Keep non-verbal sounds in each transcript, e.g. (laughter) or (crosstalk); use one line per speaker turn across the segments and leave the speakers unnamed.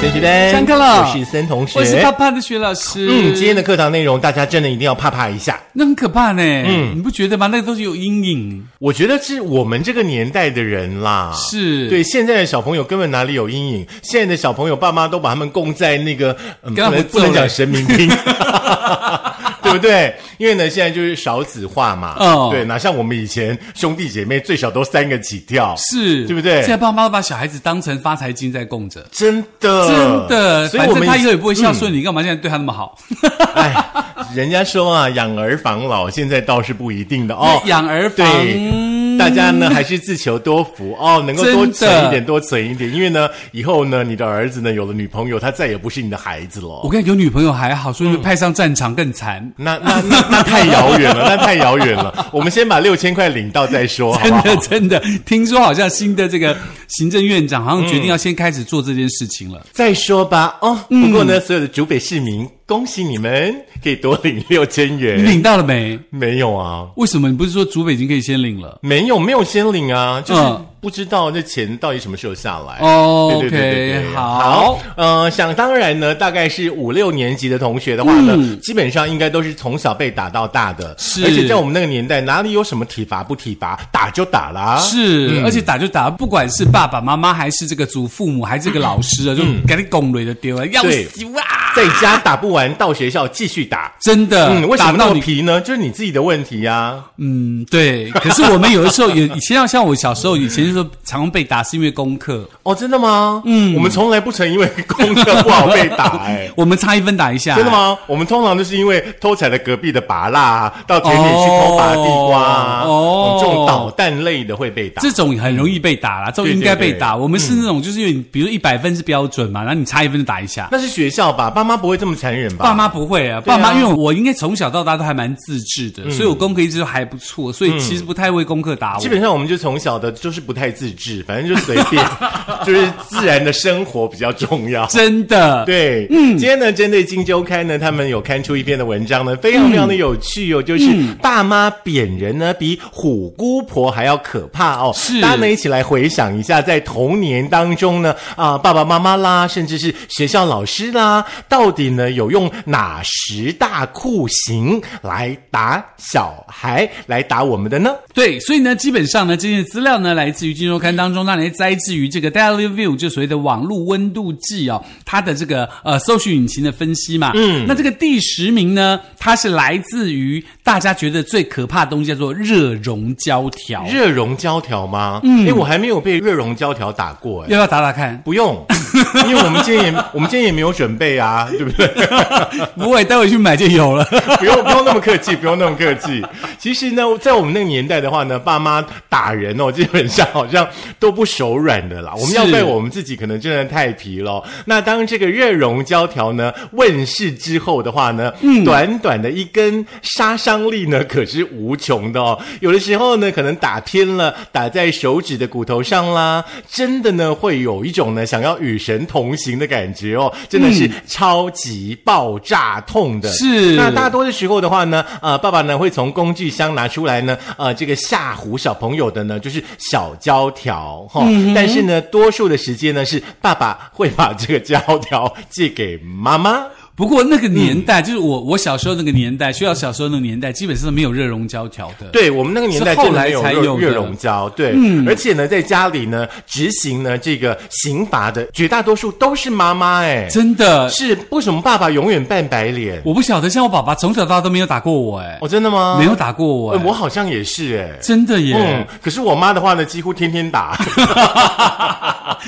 森学丹，
上课了
我是森同学，
我是怕怕的学老师。
嗯，今天的课堂内容大家真的一定要怕怕一下。
那很可怕呢，
嗯
你不觉得吗？那个都是有阴影，
我觉得是我们这个年代的人啦，
是
啊对现在的小朋友根本哪里有阴影？现在的小朋友爸妈都把他们供在那个，嗯、
跟他
不能
们
不能
揍
讲
嘞
神明
(laughs)
厅。 (laughs) 对不对？因为呢，现在就是少子化嘛，
哦
对，哪像我们以前兄弟姐妹最少都三个起跳，
是，
对不对
现在爸妈把小孩子当成发财金在供着，
真的，
真的，
呃所以
反
我
正
们嗯
他以后也不会孝顺你，干嘛现在对他那么好？
哎，人家说啊，养儿防老，现在倒是不一定的哦。
养儿防嗯
对，大家呢还是自求多福哦，能够多
真的
存一点，多存一点，因为呢，以后呢，你的儿子呢有了女朋友，他再也不是你的孩子
我
了。
跟你有女朋友还好，所
嗯
以派上战场更惨。
那那那那太遥远了，
(laughs)
那太遥远了。我们先把六千块领到再说，好啊
真
不好？
的，真的，听说好像新的这个行政院长好像
嗯
决定要先开始做这件事情了。
再说吧哦。
嗯
不过呢，所有的竹北市民，恭喜你们可以多领六千
你
元。
领到了没？
没有啊，
为什么你不是说竹北已经可以先领了？
没有，没有先领啊，就是
嗯
不知道那钱到底什么时候下来。
哦
对对对对对
OK，好，
呃，想当然呢，大概是五六年级的同学的话呢，基本上应该都是从小被打到大的，
嗯是
而且在我们那个年代，哪里有什么体罚不体罚，打就打啦。
是，
嗯
而且打就打，不管是爸爸妈妈还是这个祖父母，还是这个老师啊，就
嗯
赶紧拱雷的丢啊，要死啊！
在家打不完，到学校继续打。
真的，
嗯，为什
打
么
到
那么
你？
皮呢？就是你自己的问题呀、
嗯，对。可是我们有的时候也以前，要像我小时候，以前就说常常被打是因为功课，
哦，真的吗？嗯，我们从来不曾因为功课不好被打、哎。
我们差一分打一下，
真的？吗？我们通常都是因为偷采了隔壁的拔蜡啊，到田里去偷拔地瓜啊，
哦哦
这种捣蛋类的会被打。
这种很容易被打啦，这种
对对
应该被
嗯
打。
对
我们是那种，就是因为你比如一百分是标准嘛，然后你差一分就打一下。
那是学校吧？爸妈不会这么残忍吧？
爸妈不会啊，
对啊嗯
爸妈因为我应该从小到大都还蛮自制的，所以我功课一直都还不错，所以其实不太为功课打我。
基本上我们就从小的就是不太自制，反正就随
(laughs)
便，就是自然的生活比较重要。
真
(laughs)
的，
对，嗯，今天呢，针对《金周刊》呢，他们有刊出一篇的文章呢，非常非常的有趣哦，就是爸妈贬人呢，比虎姑婆还要可怕哦。
是
大家呢一起来回想一下，在童年当中呢，啊，爸爸妈妈啦，甚至是学校老师啦，到底呢有用哪十大酷刑来打小孩，来打我们的呢？
对，所以呢，基本上呢，这些资料呢，来自于《金周刊》当中，让人摘自于这个 Daily View，就所谓的网络温度计哦，它的这个呃搜寻引擎的分析嘛。嗯，那这个第十名呢，它是来自于大家觉得最可怕的东西，叫做热熔胶条。
热熔胶条吗？嗯，哎，我还没有被热熔胶条打过，哎，
要不要打打看？ (laughs)
不用，因为我们今天也 (laughs) 我们今天也没有准备啊，对不对？
不会，待会去买就有了。
(laughs) 不用不用那么客气，不用那么客气。其实呢，在我们那个年代的话呢，爸妈打人哦，基本上好像都不手软的啦。我们
是
要怪我们自己可能真的太皮了哦。那当这个热熔胶条呢问世之后的话呢，短短的一根杀伤力呢可是无穷的哦。有的时候呢，可能打偏了，打在手指的骨头上啦，真的呢会有一种呢想要与神同行的感觉哦，真的是超级爆炸痛的。
是
那大多的时候的话呢，呃，爸爸呢会从工具箱拿出来呢，呃，这个吓唬小朋友的呢就是小胶条哈，
嗯
但是呢，多数的时间呢是爸爸会把这个胶条借给妈妈。
不过那个年代，就是我我小时候那个年代，学校小时候那个年代，基本上没有热熔胶条的。
对我们那个年代
是后
真的没
来
有
才
热
有的嗯
热熔胶，对，而且呢，在家里呢执行呢这个刑罚的绝大多数都是妈妈，哎，
真的，
是为什么爸爸永远扮白脸？
我不晓得，像我爸爸从小到大都没有打过我，哎、
哦，真的吗？
没有打过我、
哎，
哎
我好像也是，哎，
真的耶。
嗯，可是我妈的话呢，几乎天天打。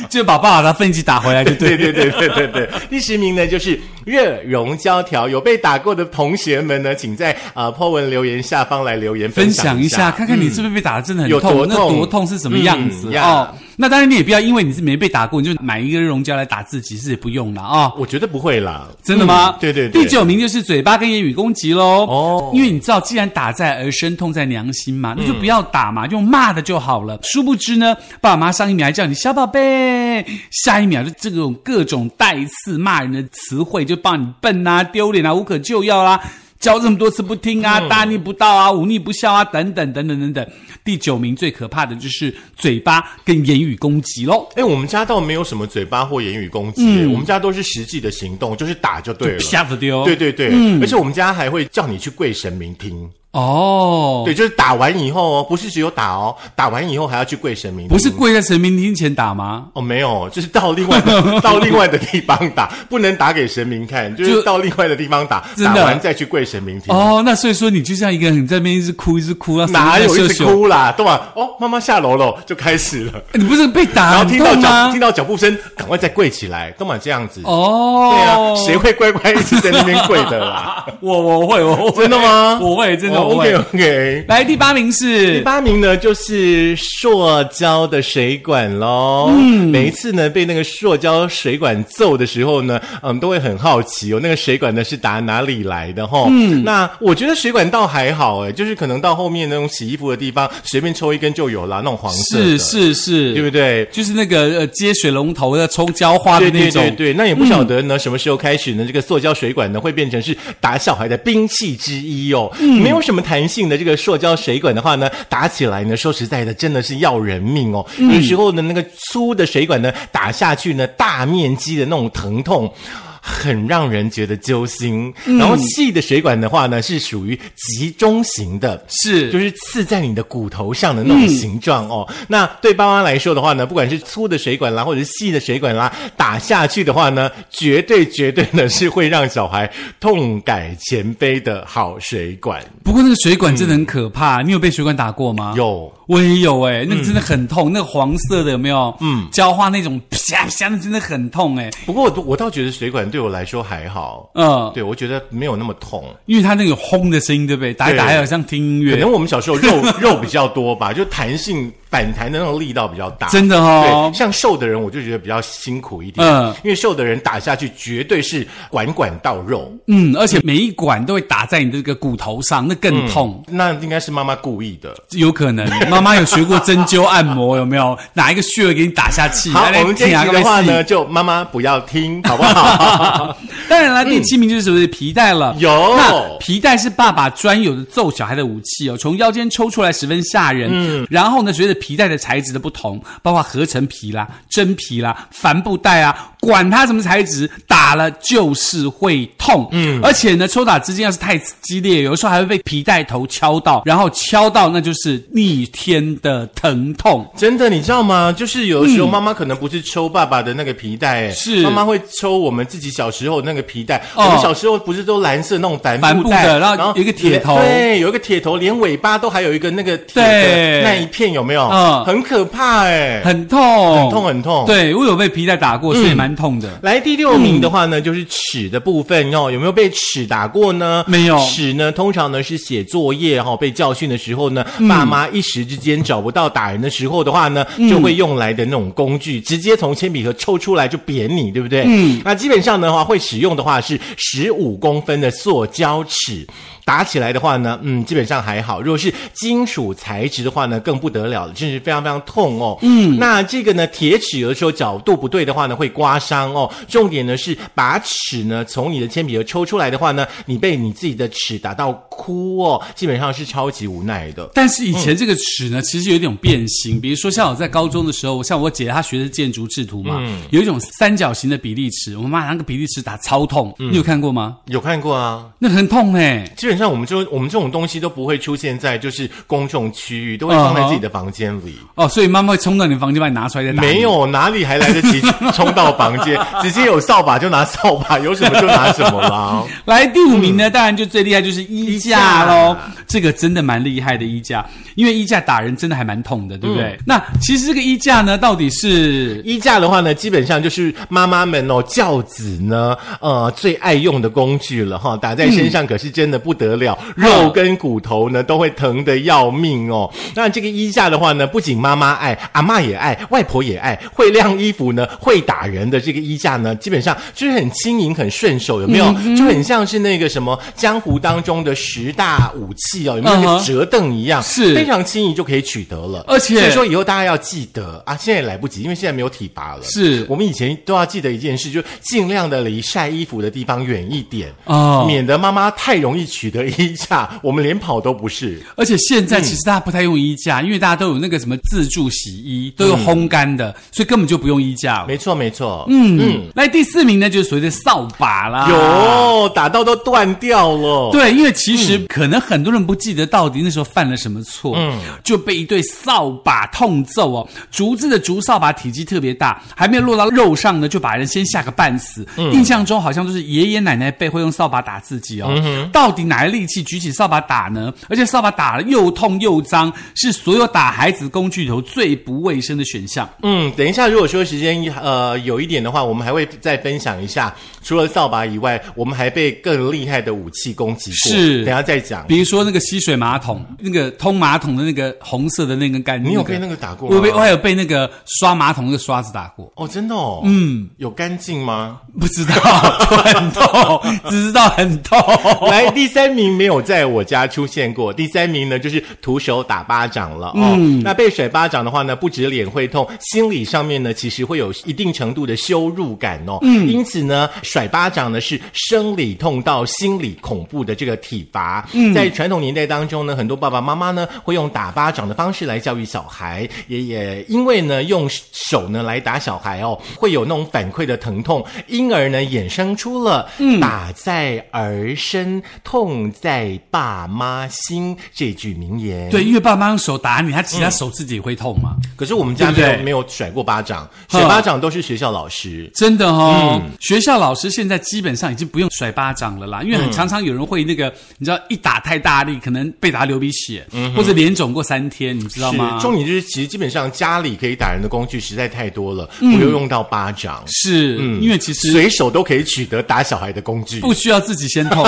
就把爸爸的分级打回来就
(laughs)
对
对
了。
对对对对对，第十名呢就是热熔胶条，有被打过的同学们呢，请在啊 po 文留言下方来留言
分
享
享一下，看看你是不是被打的真的很
有
痛，
多
那
痛
多痛是什么样子、
嗯呀
哦？那当然，你也不要因为你是没被打过，你就买一个热熔胶来打自己，是也不用了啊、哦。
我觉得不会啦，
真的
嗯
吗？
对对对，
第九名就是嘴巴跟言语攻击喽。
哦嗯
因为你知道，既然打在儿身，痛在娘心嘛，那就不要打嘛，用骂的就好了。殊不知呢，爸爸妈妈上一秒还叫你小宝贝，下一秒就这种各种带刺骂人的词汇，就帮你笨啊、丢脸啊、无可救药啦、教这么多次不听啊，
嗯
大逆不道啊，忤逆不孝啊，等等等等等等。第九名最可怕的就是嘴巴跟言语攻击喽，
哎，我们家倒没有什么嘴巴或言语攻击，
嗯
我们家都是实际的行动，就是打就对了。
吓不丢。
对对对，
嗯
而且我们家还会叫你去跪神明听，
哦，
对，就是打完以后哦，不是只有打哦，打完以后还要去跪神明厅，
不是跪在神明厅前打吗？
哦，没有，就是到另外
(laughs)
的到另外的地方打，不能打给神明看，就是
就
到另外的地方打，
真
打
的
完再去跪神明厅。
哦，那所以说你就像一个人在那边一直哭一直哭啊，
哪有
神
一
明在
直
秀秀？
哭啦？对吧？哦，妈妈下楼了，就开始了。
你不是被
然
打
后
很
听到
痛
脚
啊吗
听？到脚步声，赶快再跪起来，干嘛这样子？
哦，
对啊，谁会乖乖一直在那边跪的
(laughs)
啦？
我我会我会
真的吗？哦
我会真的我
OK
会。
OK。
来第八名是
第八名呢，就是塑胶的水管喽。嗯，每一次呢被那个塑胶水管揍的时候呢，嗯，都会很好奇哦，那个水管呢是打哪里来的哈、嗯，那我觉得水管倒还好诶，就是可能到后面那种洗衣服的地方，随便抽一根就有啦，那种黄色的，
是是是，
对不对？
就是那个呃接水龙头的抽浇花的
对
那
对
种
对对，那也不晓得呢，什么时候开始呢？这个塑胶水管呢，会变成是打小孩的兵器之一哦。
嗯
没有什么弹性的这个塑胶水管的话呢，打起来呢，说实在的，真的是要人命哦。
嗯
有时候呢，那个粗的水管呢，打下去呢，大面积的那种疼痛。很让人觉得揪心，
嗯
然后细的水管的话呢，是属于集中型的，
是
就是刺在你的骨头上的那种形状哦。那对爸妈来说的话呢，不管是粗的水管啦，或者是细的水管啦，打下去的话呢，绝对绝对呢是会让小孩痛改前非的好水管。
不过那个水管真的很可怕，你有被水管打过吗？。
嗯有，嗯
我也有哎、那个真的很痛，那个黄色的有没有？嗯，浇花那种啪啪，那真的很痛哎、
不过我我倒觉得水管对我来说还好，
嗯，
对我觉得没有那么痛。
因为它那个轰的声音，对不对？打一打
对
还有像听音
可
乐，
能我们小时候 (laughs) 肉肉比较多吧，就弹性反弹的那种力道比较大。
真的哦
对，。像瘦的人我就觉得比较辛苦一点，
嗯
因为瘦的人打下去绝对是管管到肉。
嗯，而且每一管都会打在你的这个骨头上，那更痛。
那应该是妈妈故意的。
有可
(laughs)
能，妈妈有学过针灸按摩，有没有？拿一个穴位给你打下去。
好
来，来
我们这一
听啊
集的话？
各位
呢，
试
就妈妈不要听，好不
(laughs)
好？
当然了，第七名就是所谓的皮带了。
有
那皮带是爸爸专有的揍小孩的武器哦，从腰间抽出来十分吓人。嗯，然后呢，随着皮带的材质的不同，包括合成皮啦、真皮啦、帆布带啊，管它什么材质，打了就是会痛。嗯，而且呢，抽打之间要是太激烈，有的时候还会被皮带头敲到，然后敲到那就是逆天的疼痛。
真的，你知道吗？就是有的时候妈妈可能不是抽爸爸的那个皮带，哎
嗯是
妈妈会抽我们自己小时候那个皮带。
哦
我们小时候不是都蓝色那种帆
帆
布
布
带，
的然后有一个铁头
对，有一个铁头，连尾巴都还有一个那个铁的
对
那一片，有没有？
嗯
很可怕哎，
很痛，
很痛嗯很痛
对我有被皮带打过，所以蛮痛的。
来第六名的话呢，就是尺的部分哦，有没有被尺打过呢？
没有
尺呢，通常呢是写作业哈、哦，被教训的时候呢，
嗯
爸妈一时之间找不到打人的时候的话呢，就会用来的那种工具，直接从铅笔盒抽出来就扁你，对不对？嗯，那基本上的话，会使用的话是十五公分的塑胶尺。打起来的话呢，嗯，基本上还好。如果是金属材质的话呢，更不得了了，真是非常非常痛哦。嗯，那这个呢，铁尺有的时候角度不对的话呢，会刮伤哦。重点呢是把尺呢从你的铅笔盒抽出来的话呢，你被你自己的尺打到哭哦，基本上是超级无奈的。
但是以前这个尺呢，其实有一种变形，比如说像我在高中的时候，像我姐她学的是建筑制图嘛，有一种三角形的比例尺，我妈拿那个比例尺打超痛，你有看过吗？
有看过啊？
那很痛哎、
基本上我们就我们这种东西都不会出现在就是公众区域，都会放在自己的房间里。
哦，所以妈妈会冲到你房间把你拿出来再打你。
没有，哪里还来得及冲到房间？ (laughs) 直接有扫把就拿扫把，有什么就拿什么啦。
来第五名呢，当然就最厉害就是衣架
衣
喽
架，
这个真的蛮厉害的衣架，因为衣架打人真的还蛮痛的，对不对？那其实这个衣架呢，到底是
衣架的话呢，基本上就是妈妈们哦教子呢，呃最爱用的工具了哈，打在身上可是真的不得了，
嗯
肉跟骨头呢都会疼得要命哦。那这个衣架的话呢，不仅妈妈爱，阿嬷也爱，外婆也爱，会晾衣服呢，会打人的这个衣架呢，
嗯
基本上就是很轻盈、很顺手，有没有？就很像是那个什么江湖当中的十大武器哦，有没有那
嗯哼
个折凳一样，
是
非常轻易就可以取得了。
而且
所以说以后大家要记得啊，现在也来不及，因为现在没有体拔了。
是
我们以前都要记得一件事，就尽量的离晒衣服的地方远一点
哦
免得妈妈太容易取得衣架，我们连跑都不是。
而且现在其实大家不太用衣架，因为大家都有那个什么自助洗衣，都有烘干的，所以根本就不用衣架了。
没错，没错。嗯，
嗯，啊来第四名呢，就是所谓的扫把啦。
有打到都断掉了。
对，因为其实可能很多人不记得到底那时候犯了什么错，嗯，就被一对扫把痛揍哦。竹子的竹扫把体积特别大，还没有落到肉上呢，就把人先吓个半死。印象中好像都是爷爷奶奶辈会用扫把打自己哦，到底哪来力气举起扫把打呢？而且扫把打了又痛又脏，是所有打孩子工具里头最不卫生的选项。
嗯，等一下，如果说时间呃有一点的话，我们还会再分享一下，除了扫把以外，我们还被更厉害的武器攻击过。
是
等一下再讲。
比如说那个吸水马桶，那个通马桶的那个红色的那根杆，
你有被那个打过吗
我被我还有被那个刷马桶那个刷子打过， (laughs)
哦，真的哦，嗯，有干净吗？
不知道就很痛，只知道很痛。
(laughs) 来，第三名没有在我家出现过。第三名呢，就是徒手打巴掌了哦。那被甩巴掌的话呢，不止脸会痛，心理上面呢，其实会有一定程度的羞辱感哦。嗯，因此呢，甩巴掌呢是生理痛到心理恐怖的这个体罚。嗯，在传统年代当中呢，很多爸爸妈妈呢会用打巴掌的方式来教育小孩，也也因为呢用手呢来打小孩哦，会有那种反馈的疼痛，因而呢衍生出了
嗯
打在儿身，痛在爸妈心这句名言。
对，，因为爸妈用手打你，他其他手自己也会痛嘛。
可是我们家没
对
有
不对
没有甩过巴掌，甩巴掌都是学校老师。
真的哦，学校老师现在基本上已经不用甩巴掌了啦，因为很常常有人会那个，你知道一打太大力，可能被打流鼻血，或者脸肿过三天，你知道
嗯是
吗？，
重点就是其实基本上家里可以打人的工具实在太多了，不用用到巴掌，
嗯是
嗯
因为其实
随手都可以取得打小孩的工具。
不需要自己先痛。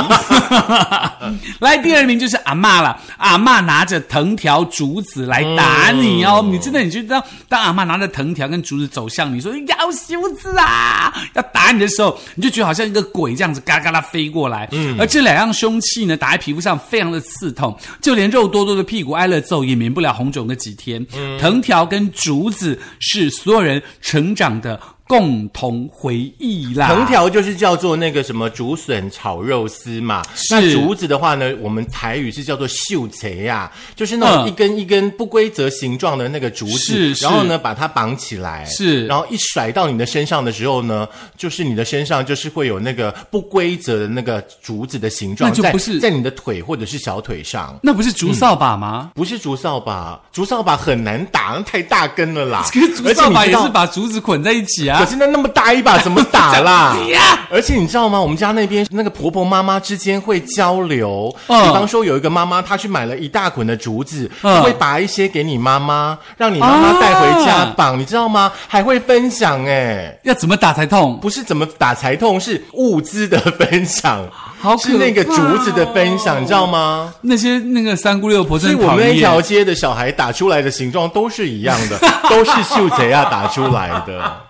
(laughs) 来，第二名就是阿嬷了。阿嬷拿着藤条、竹子来打你哦，
嗯
你真的你就知道，当阿嬷拿着藤条跟竹子走向你，说“要修子啊”，要打你的时候，你就觉得好像一个鬼这样子嘎嘎啦飞过来。嗯，而这两样凶器呢，打在皮肤上非常的刺痛，就连肉多多的屁股挨了揍也免不了红肿个几天。
嗯
藤条跟竹子是所有人成长的。共同回忆啦，
藤条就是叫做那个什么竹笋炒肉丝嘛，
是
那竹子的话呢，我们台语是叫做秀贼呀，就是那种
嗯
一根一根不规则形状的那个竹子
是，是
然后呢把它绑起来，
是
然后一甩到你的身上的时候呢，就是你的身上就是会有那个不规则的那个竹子的形状，
那就
在
不是
在你的腿或者是小腿上。
那不是竹扫把吗？
不是竹扫把，竹扫把很难打，那太大根了
(laughs)
啦。
可是竹扫把
而且你知
也
道
是把竹子捆在一起
(laughs) 可
啊。
是那那么大一把怎么打
(laughs)
啦
这样哎子呀？
而且你知道吗？我们家那边那个婆婆妈妈之间会交流，
嗯
比方说有一个妈妈她去买了一大捆的竹子，
嗯
会拔一些给你妈妈，让你妈妈带回家
啊
绑，你知道吗？还会分享哎、
要怎么打才痛？
不是怎么打才痛，是物资的分享，
好可
是那个
怕啊
竹子的分享，你知道吗？
那些那个三姑六婆
所以
真的
我
讨
们那
厌。
条街的小孩打出来的形状都是一样
(laughs)
的，都是秀贼啊打出来的，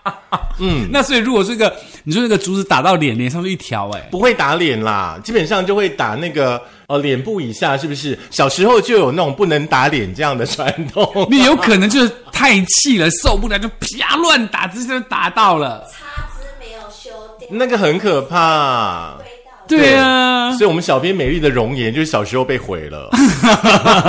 那所以如果这个你说那个竹子打到脸，脸上就一条哎、
不会打脸啦，基本上就会打那个呃脸部以下，是不是？小时候就有那种不能打脸这样的传
(laughs)
统。
你有可能就是太气了，受不了就啪乱打，直接就打到了。
叉子没有修掉，
那个很可怕，
推到
对啊，
所以我们小编美丽的容颜就是小时候被毁了。
(laughs)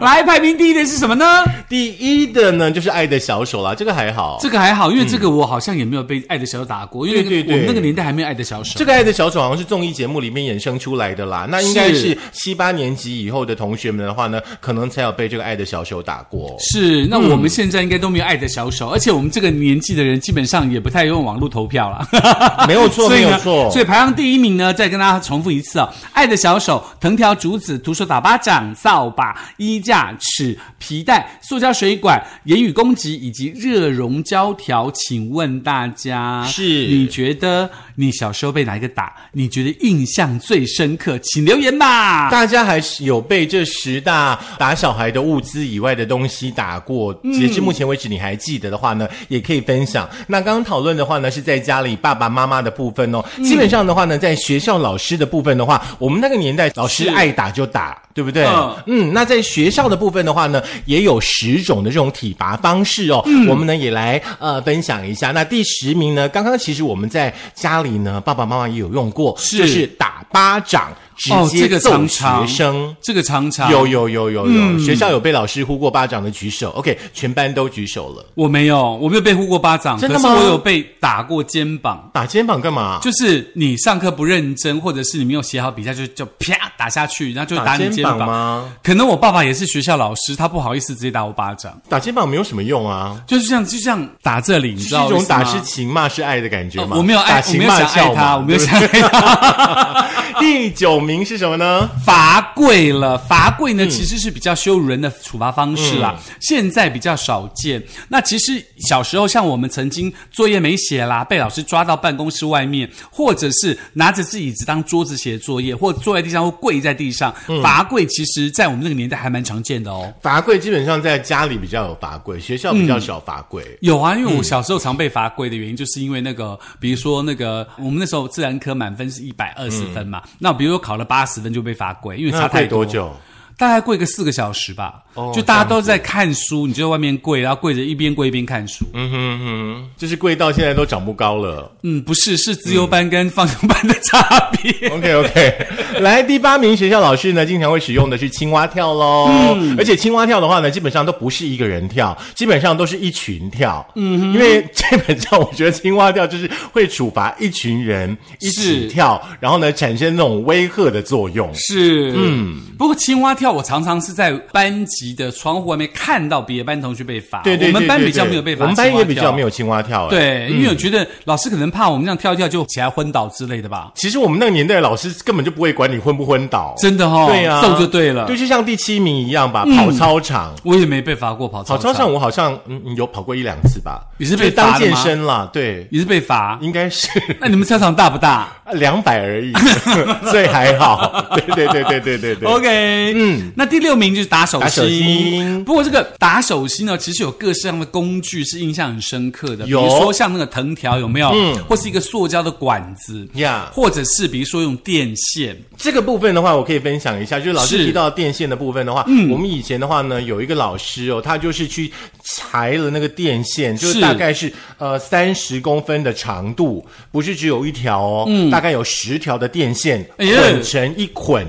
来排名第一的是什么呢？
第一的呢，就是爱的小手啦，这个还好。
这个还好，因为这个我好像也没有被爱的小手打过，因为那个
对对对
我们那个年代还没有爱的小手。
这个爱的小丑好像是综艺节目里面衍生出来的啦，那应该
是
是七八年级以后的同学们的话呢，可能才有被这个爱的小手打过。
是，那我们现在应该都没有爱的小手，而且我们这个年纪的人基本上也不太用网络投票了，
没有错
啊所以呢
没有错
所以排行第一名呢，再跟大家重复一次啊、爱的小手》《藤条竹子》《徒手打巴巴掌、扫把、衣架、尺、皮带、塑胶水管、言语攻击以及热熔胶条。请问大家，
是
你觉得你小时候被哪一个打？你觉得印象最深刻？请留言吧。
大家还是有被这十大打小孩的物资以外的东西打过。
嗯
截至目前为止，你还记得的话呢，也可以分享。那刚刚讨论的话呢，是在家里爸爸妈妈的部分哦。
嗯
基本上的话呢，在学校老师的部分的话，我们那个年代老师
是
爱打就打，对不对？
嗯
嗯，那在学校的部分的话呢，也有十种的这种体罚方式哦。
嗯
我们呢也来呃分享一下。那第十名呢，刚刚其实我们在家里呢，爸爸妈妈也有用过，
是
就是打巴掌。直
哦，
接
这个
揍
常
学
常
生。
这个常常嗯
有有有有有，学校有被老师呼过巴掌的举手，OK，全班都举手了。
我没有，我没有被呼过巴掌，
真的吗
可是我有被打过肩膀。
打肩膀干嘛？
就是你上课不认真，或者是你没有写好笔记，就就啪打下去，然后就打你肩
打肩膀吗
可能我爸爸也是学校老师，他不好意思直接打我巴掌，
打肩膀没有什么用啊，
就是像就像打这里，你
是
知道
一
为
种
什么
打
吗
是情骂是爱的感觉
哦
吗？
我没有
打
爱，我
情
没有
骂
想
俏
爱他，
嘛
我没有
对不
想爱他。
对 (laughs) 第九名是什么呢？
罚跪了，
嗯
罚跪呢、其实是比较羞辱人的处罚方式啦、
嗯
现在比较少见。那其实小时候像我们曾经作业没写啦，被老师抓到办公室外面，或者是拿着自己椅子当桌子写作业，或者坐在地上或跪在地上，
嗯
罚跪其实在我们那个年代还蛮常见的哦。
罚跪基本上在家里比较有罚跪，学校比
嗯
较少罚跪。
有啊，因为
嗯
我小时候常被罚跪的原因，就是因为那个，比如说那个，我们那时候自然科满分是一百二十分嘛，那比如说考了八十分就被罚跪，因为
嗯那
差
跪
太
多
多
久？
大概跪个四个小时吧，
哦
就大家都在看书，你就在外面跪，然后跪着一边跪一边看书。嗯
嗯哼哼，就是跪到现在都长不高了。
嗯不是，是自由班跟放牛班的差别。
OK OK，来第八名学校老师呢，经常会使用的是青蛙跳喽。嗯，而且青蛙跳的话呢，基本上都不是一个人跳，基本上都是一群跳。嗯，因为基本上我觉得青蛙跳就是会处罚一群人一起
是
跳，然后呢产生那种威吓的作用。
(laughs) 是，嗯，不过青蛙跳，我常常是在班级的窗户外面看到别班同学被罚，
对对对
我们班
对
比较
对
没有被罚，
我们班也比较没
有。
有青蛙跳。哎，
对，因为我觉得老师可能怕我们这样跳一跳就起来昏倒之类的吧。
其实我们那个年代的老师根本就不会管你昏不昏倒，
真的哦
对呀、
揍就对了嗯
对，就像第七名一样吧，跑操场。
我也没被罚过跑操
跑
场，
操场我好像嗯嗯有跑过一两次吧，
你是
就是
被
当
罚的
健
吗
身啦，对，
也是被罚。
应该是 (laughs)
那你们操场大不大？
两百而已， (laughs) 所以还好。对对对对对
(laughs)
对对。
OK，
嗯
嗯，那第六名就是打手
打手心
不过这个打手心呢，其实有各式各样的工具是印象很深刻的，
有
比如说像那个藤条有没有？
嗯
或是一个塑胶的管子
呀
或者是比如说用电线，
这个部分的话，我可以分享一下，就是老师
是嗯
提到电线的部分的话，我们以前的话呢，有一个老师哦，他就是去裁了那个电线，就是
是
大概是呃三十公分的长度，不是只有一条哦，大概有十条的电线
嗯哎呀
捆成一捆。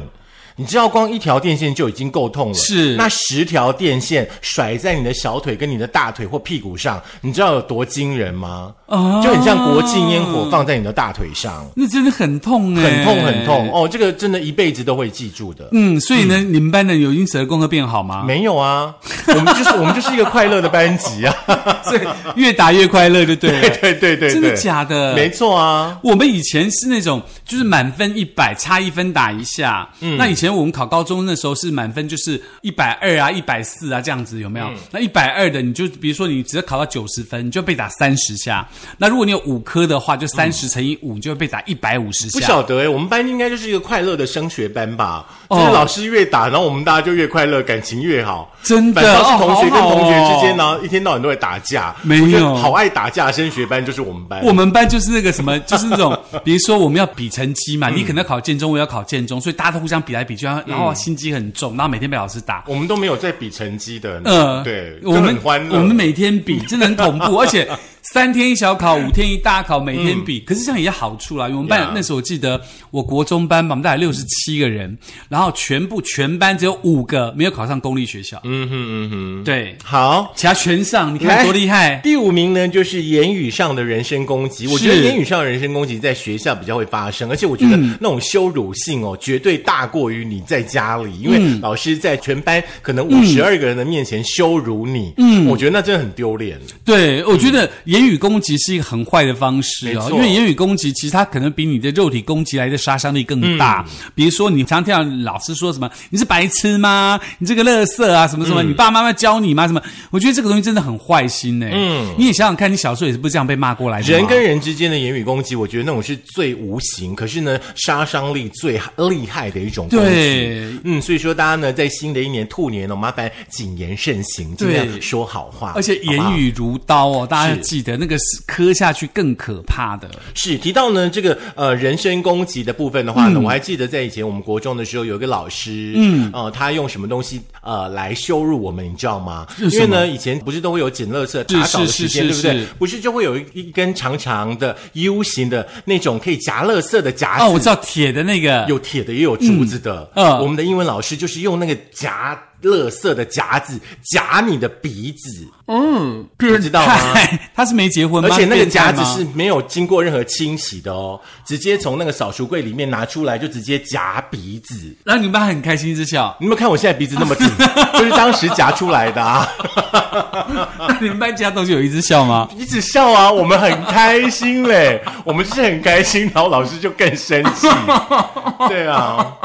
你知道，光一条电线就已经够痛了。
是
那十条电线甩在你的小腿、跟你的大腿或屁股上，你知道有多惊人吗？
哦
就很像国庆烟火放在你的大腿上。
那真的很痛哎、
很痛很痛。哦，这个真的一辈子都会记住的。
嗯，所以呢，你们班的有因此而功课变好吗？
没有啊，我们就是 (laughs) 我们就是一个快乐的班级啊，
所以越打越快乐 (laughs) 就对了。
对对对对，
真的
对
假的
没错啊，
我们以前是那种，就是满分一百，差一分打一下。
嗯
那以前我们考高中那时候是满分就是一百二啊、一百四啊这样子，有没有？
嗯
那一百二的你就比如说你只要考到九十分，你就被打三十下。那如果你有五科的话，就三十乘以五，你就会被打一百五十
嗯不
下。
晓得哎，我们班应该就是一个快乐的升学班吧？就
哦
是老师越打，然后我们大家就越快乐，感情越好。
真的
反倒是
哦
同学跟
好好哦
同学之间呢，一天到晚都会打架。
没有
我觉得好爱打架，升学班就是我们班。
我们班就是那
(laughs)
个什么，就是那种，比如说我们要比成绩嘛，
嗯
你可能要考建中，我要考建中，所以大家都互相比来比去，然后然后心机很重，然后每天被老师打。
我们都没有在比成绩的，
呃，
对，就
我们
很欢乐。
我们每天比，真的很恐
(laughs)
怖，而且三天一小考，五天一大考，每天
嗯
比。可是这样也有好处啦，因为我们班、
呀
那时候我记得，我国中班嘛，我们大概六十七个人，然后全部全班只有五个没有考上公立学校，
嗯哼嗯哼，
对，
好，
其他全上，你
来
看多厉害。
第五名呢，就是言语上的人身攻击。我觉得
是
言语上的人身攻击在学校比较会发生，而且我觉得
嗯
那种羞辱性哦，绝对大过于你在家里，因
嗯
为老师在全班可
嗯
能五十二个人的面前羞辱你，嗯，我觉得那真的很丢脸。
对，我觉得言言语攻击是一个很坏的方式
没
哦，
错
因为言语攻击其实它可能比你的肉体攻击来的杀伤力更大。
嗯
比如说，你常听到老师说什么“你是白痴吗？你这个垃圾啊，什么什
嗯
么？你爸爸妈妈教你吗？什么？”我觉得这个东西真的很坏心哎、嗯，你也想想看，你小时候也是不是这样被骂过来的吗？
人跟人之间的言语攻击，我觉得那种是最无形，可是呢，杀伤力最厉害的一种攻击。
对
嗯，所以说大家呢，在新的一年兔年哦，麻烦谨言慎行，尽
对
量说好话，
而且
好不
言
好
语如刀哦，大家要
是
记得那个是磕下去更可怕的。
是提到呢这个呃人身攻击的部分的话
嗯
呢，我还记得在以前我们国中的时候，有一个老师，嗯，呃，他用什么东西呃来羞辱我们，你知道吗？
是什
因
么
为呢，以前不是都会有捡垃圾打扫的时间，对
是是
不
是
对
是？
不是就会有一一根长长的 U 型的那种可以夹垃圾的夹子，
哦，我知道铁的那个
有铁的也有竹子的。
嗯嗯
我们的英文老师就是用那个夹垃圾的夹子夹你的鼻子，
嗯，
你知道吗？
嗨 (laughs) 他是没结婚吗？
而且那个夹子
变态吗
是没有经过任何清洗的哦，直接从那个扫除柜里面拿出来就直接夹鼻子。
让你妈很开心一直笑。
你有没有看我现在鼻子那么
(laughs)
挺？就是当时夹出来的啊，
那 (laughs) 你们班其他同学有一直笑吗？
一直笑啊，我们很开心嘞，我们是很开心，然后老师就更生
(laughs)
气。对啊，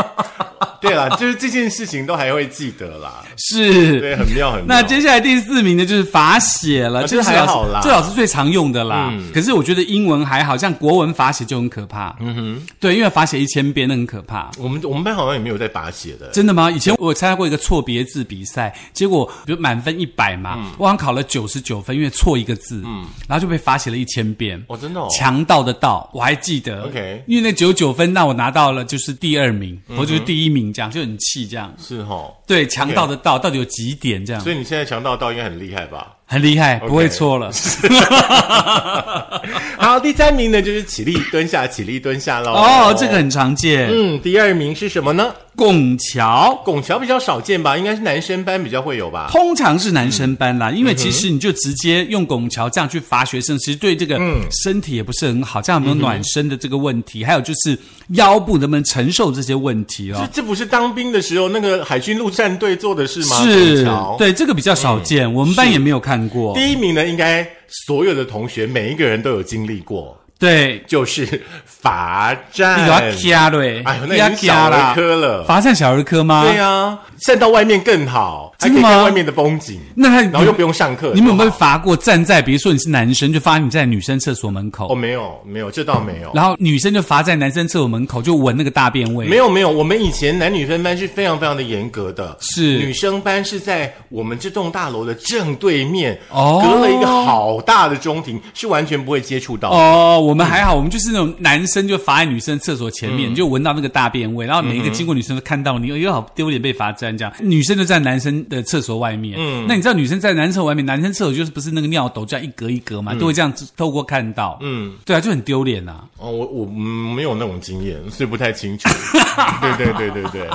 对啦，就是这件事情都还会记得啦，
是。
对，很妙很妙。
那接下来第四名呢，就是罚写了，
啊
这是
这还
老师
好啦嗯
这老师最常用的啦。可是我觉得英文还好，像国文罚写就很可怕。嗯哼，对，因为罚写一千遍那很可怕。
我们我们班好像也没有在罚写的，欸
真的吗？以前我参加过一个错别字比赛，结果比如满分一百嘛，
嗯
我好像考了九十九分，因为错一个字，然后就被罚写了一千遍。
哦，真的哦。
强盗的盗，我还记得。
OK 嗯
因为那九九分，那我拿到了就是第二名，我就是第一名，这样就很气，这样。
是哦，
对，强盗的盗到底有几点？这样
所以你现在强盗盗应该很厉害吧？
很厉害，不会
(laughs)
错了。
好，第三名呢就是起立蹲下，起立蹲下喽。
哦，这个很常见，
嗯，第二名是什么呢？
拱桥。
拱桥比较少见吧，应该是男生班比较会有吧。
通常是男生班
嗯
啦，因为其实你就直接用拱桥这样去罚学生，其实对这个
嗯
身体也不是很好，这样有没有暖身的这个问题，还有就是腰部能不能承受这些问题
这
哦。
这不是当兵的时候那个海军陆战队做的事吗？
是
拱桥，。嗯
对这个比较少见，我们班也没有看过。
第一名呢，应该所有的同学每一个人都有经历过，
对，
就是罚
那
站。
个要掐对，
哎呦，那已经小儿科了。
罚站小儿科吗？
对啊，站到外面更好，还可
真
以
的吗
看外面的风景，
那他
然后又不用上 (laughs) 课。
你们有没
多
有
好？
罚过站在，比如说你是男生，就罚你在女生厕所门口，
哦，没有，没有，这倒没有。
然后女生就罚在男生厕所门口，就闻那个大便味。
没有没有，我们以前男女分班是非常非常的严格的，
是
女生班是在我们这栋大楼的正对面，
哦
隔了一个好大的中庭，是完全不会接触到的。
哦，我们还好，我们就是那种男生就罚在女生厕所前
嗯
面，你就闻到那个大便味，然后每一个经过女生都看到你，哎呦好丢脸被罚站这样。女生就在男生的厕所外面，嗯，那你知道女生在男生厕所外面，男生厕所就是不是那个尿斗这样一格一格嘛，
嗯
都会这样子透过看到，嗯，对啊，就很丢脸啊。
哦，我我嗯没有那种经验，所以不太清
(laughs)
楚。对对对对对，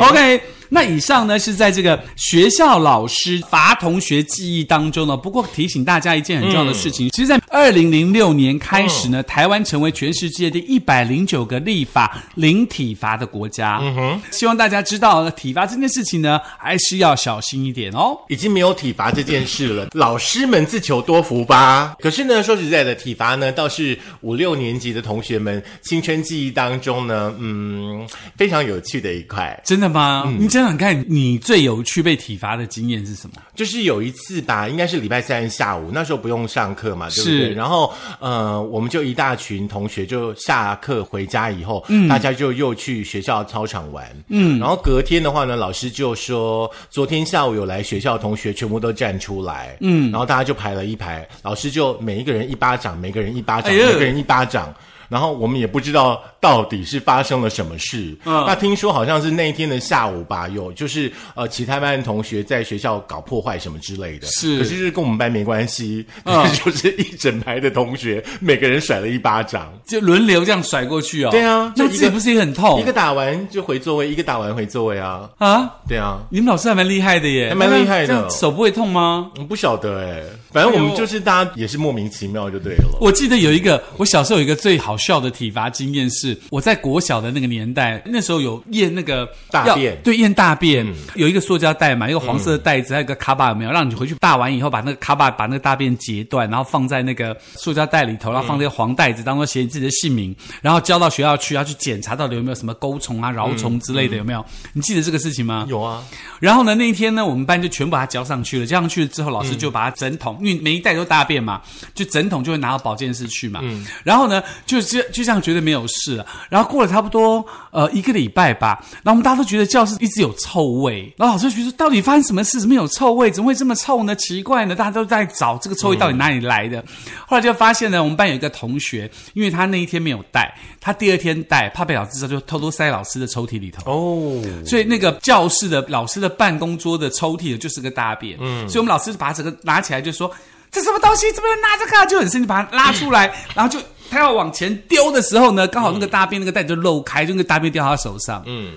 OK，那以上呢是在这个学校老师罚同学记忆当中呢。不过提醒大家一件很重要的事情，其实，在二零零六年开始呢，台湾成为全世界第一百零九个立法零体罚的国家。嗯哼，希望大家知道体罚这件事情呢，还是要小心一点哦。
已经没有体罚这件事了，老师们自求多福吧。可是呢，说实在的，体罚呢倒是五六年级的同学们青春记忆当中呢，嗯，非常有趣的一块。
真的吗？你想想看，你最有趣被体罚的经验是什么？
就是有一次吧，应该是礼拜三下午，那时候不用上课嘛，对不
是
对？然后呃，我们就一大群同学就下课回家以后，
嗯
大家就又去学校操场玩，嗯，然后隔天的话呢，老师就说昨天下午有来学校的同学全部都站出来，嗯，然后大家就排了一排，老师就每一个人一巴掌，每个人一巴掌，
哎呦
每个人一巴掌。然后我们也不知道到底是发生了什么事。
嗯
那听说好像是那一天的下午吧，有就是呃其他班的同学在学校搞破坏什么之类的，
是
可是就是跟我们班没关系，
嗯
(laughs) 就是一整排的同学每个人甩了一巴掌。
就轮流这样甩过去哦。
对啊
那
就一
自
个
己不是也很痛
一个打完就回座位，一个打完回座位啊，
啊？
对啊，
你们老师还蛮厉害的耶，哦
还蛮厉害的
这样手不会痛吗？
我不晓得哎、反正我
哎
们
呦
就是大家也是莫名其妙就对了。
我记得有一个，我小时候有一个最好笑的体罚经验是，我在国小的那个年代，那时候有验那个
大
要
便嗯
对，验大便、有一个塑胶袋嘛，一个黄色的袋子，还有一个卡巴，有没有？让你回去大完以后，把那个卡巴把那个大便截断，然后放在那个塑胶袋
嗯
里头，然后放这个黄袋子当做写你自己的姓名，然后交到学校去，要去检查到底有没有什么钩虫
嗯
啊、饶虫之类的，有没有？你记得这个事情吗？
有啊，
然后呢，那一天呢，我们班就全部把它交上去了。交上去了之后，老师就把它整桶，因为每一袋都大便嘛，就整桶就会拿到保健室去嘛。然后呢，就这就这样觉得没有事了。然后过了差不多呃一个礼拜吧，然后我们大家都觉得教室一直有臭味，然后老师就觉得到底发生什么事？怎么有臭味？怎么会这么臭呢？奇怪呢，大家都在找这个臭味到底哪里来的。后来就发现呢，我们班有一个同学，因为他那一天没有带，他第二天带，怕被老师知道，就偷偷塞老师的抽屉里头。
哦，
所以那个教室的老师的办公桌的抽屉就是个大便，嗯，所以我们老师就把它整个拿起来就说这什么东西，怎么能拿这个啊、就很生气把它拉出来，然后就他要往前丢的时候呢，刚好那个大便那个袋子就漏开，就那个大便掉到他手上，嗯，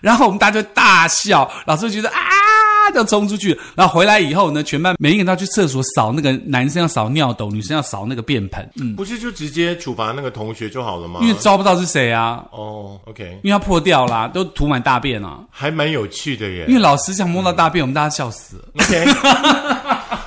然后我们大家就大笑，老师就觉得啊。就冲出去，然后回来以后呢，全班每一个人都要去厕所扫那个男生要扫尿斗，女生要扫那个便盆，嗯，
不是就直接处罚那个同学就好了吗
因？为招不到是谁啊，
哦，OK，
因为它破掉啦，都涂满大便啊，
还蛮有趣的耶
因。为老师想摸到大便，我们大家笑死了。
OK，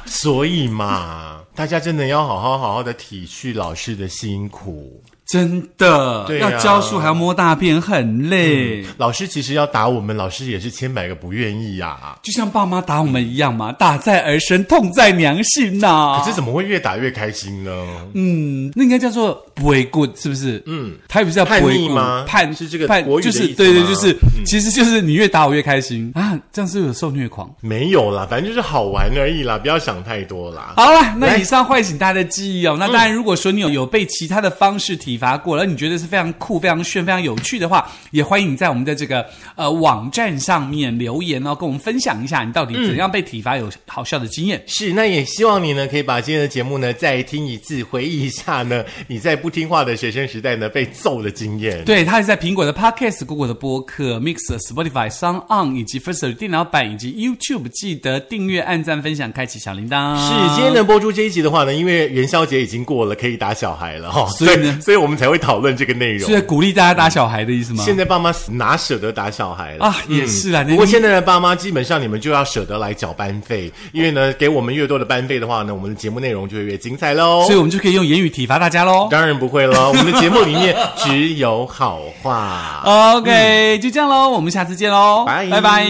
所 (laughs) 以嘛，大家真的要好好好好的体恤老师的辛苦。
真的，
对啊嗯
要教书还要摸大便，很累。
老师其实要打我们，老师也是千百个不愿意啊呀、
就像爸妈打我们一样嘛，打在儿身，痛在娘心呐、
可是怎么会越打越开心呢？
嗯，那应该叫做不为 good，是不是？嗯，他也不是叫不为
叛逆
good
吗
叛
是这个
叛
国语的
就
意思
是
吗嗯
对对，就是、其实就是你越打我越开心啊，这样是不是有受虐狂。
没有啦，反正就是好玩而已啦，不要想太多啦。
好了，那
来
以上唤醒大家的记忆哦。那当然，如果说你有有被其他的方式体罚过，而你觉得是非常酷、非常炫、非常有趣的话，也欢迎你在我们的这个呃网站上面留言哦，跟我们分享一下你到底怎样被体罚有好笑的经验。
是，那也希望你呢，可以把今天的节目呢再听一次，回忆一下呢 (laughs) 你在不听话的学生时代呢被揍的经验。
对，它是在苹果的 Podcast、Google 的播客、Mix、Spotify、s o n On 以及 First 电脑版以及 YouTube，记得订阅、按赞、分享、开启小铃铛。
是，今天呢播出这一集的话呢，因为元宵节已经过了，可以打小孩了哈、
啊所以呢
所以我们才会讨论这个内容
是。在鼓励大家打小孩的意思吗？
现在爸妈哪舍得打小孩了嗯
啊也是啦
不过
你
现在的爸妈基本上你们就要舍得来缴班费，因为呢，给我们越多的班费的话呢，我们的节目内容就会越精彩喽
所。以我们就可以用言语体罚大家喽。
(laughs) 当然不会了，我们的节目里面只有好话。
OK，、就这样喽，我们下次见喽，
拜
嗯拜拜。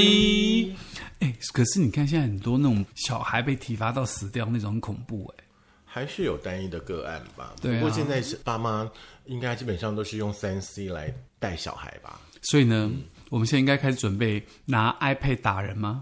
哎，可是你看现在很多那种小孩被体罚到死掉那种很恐怖哎、
还是有单一的个案吧，
对啊
不过现在是爸妈应该基本上都是用三 C 来带小孩吧。
嗯所以呢，我们现在应该开始准备拿 iPad 打人吗？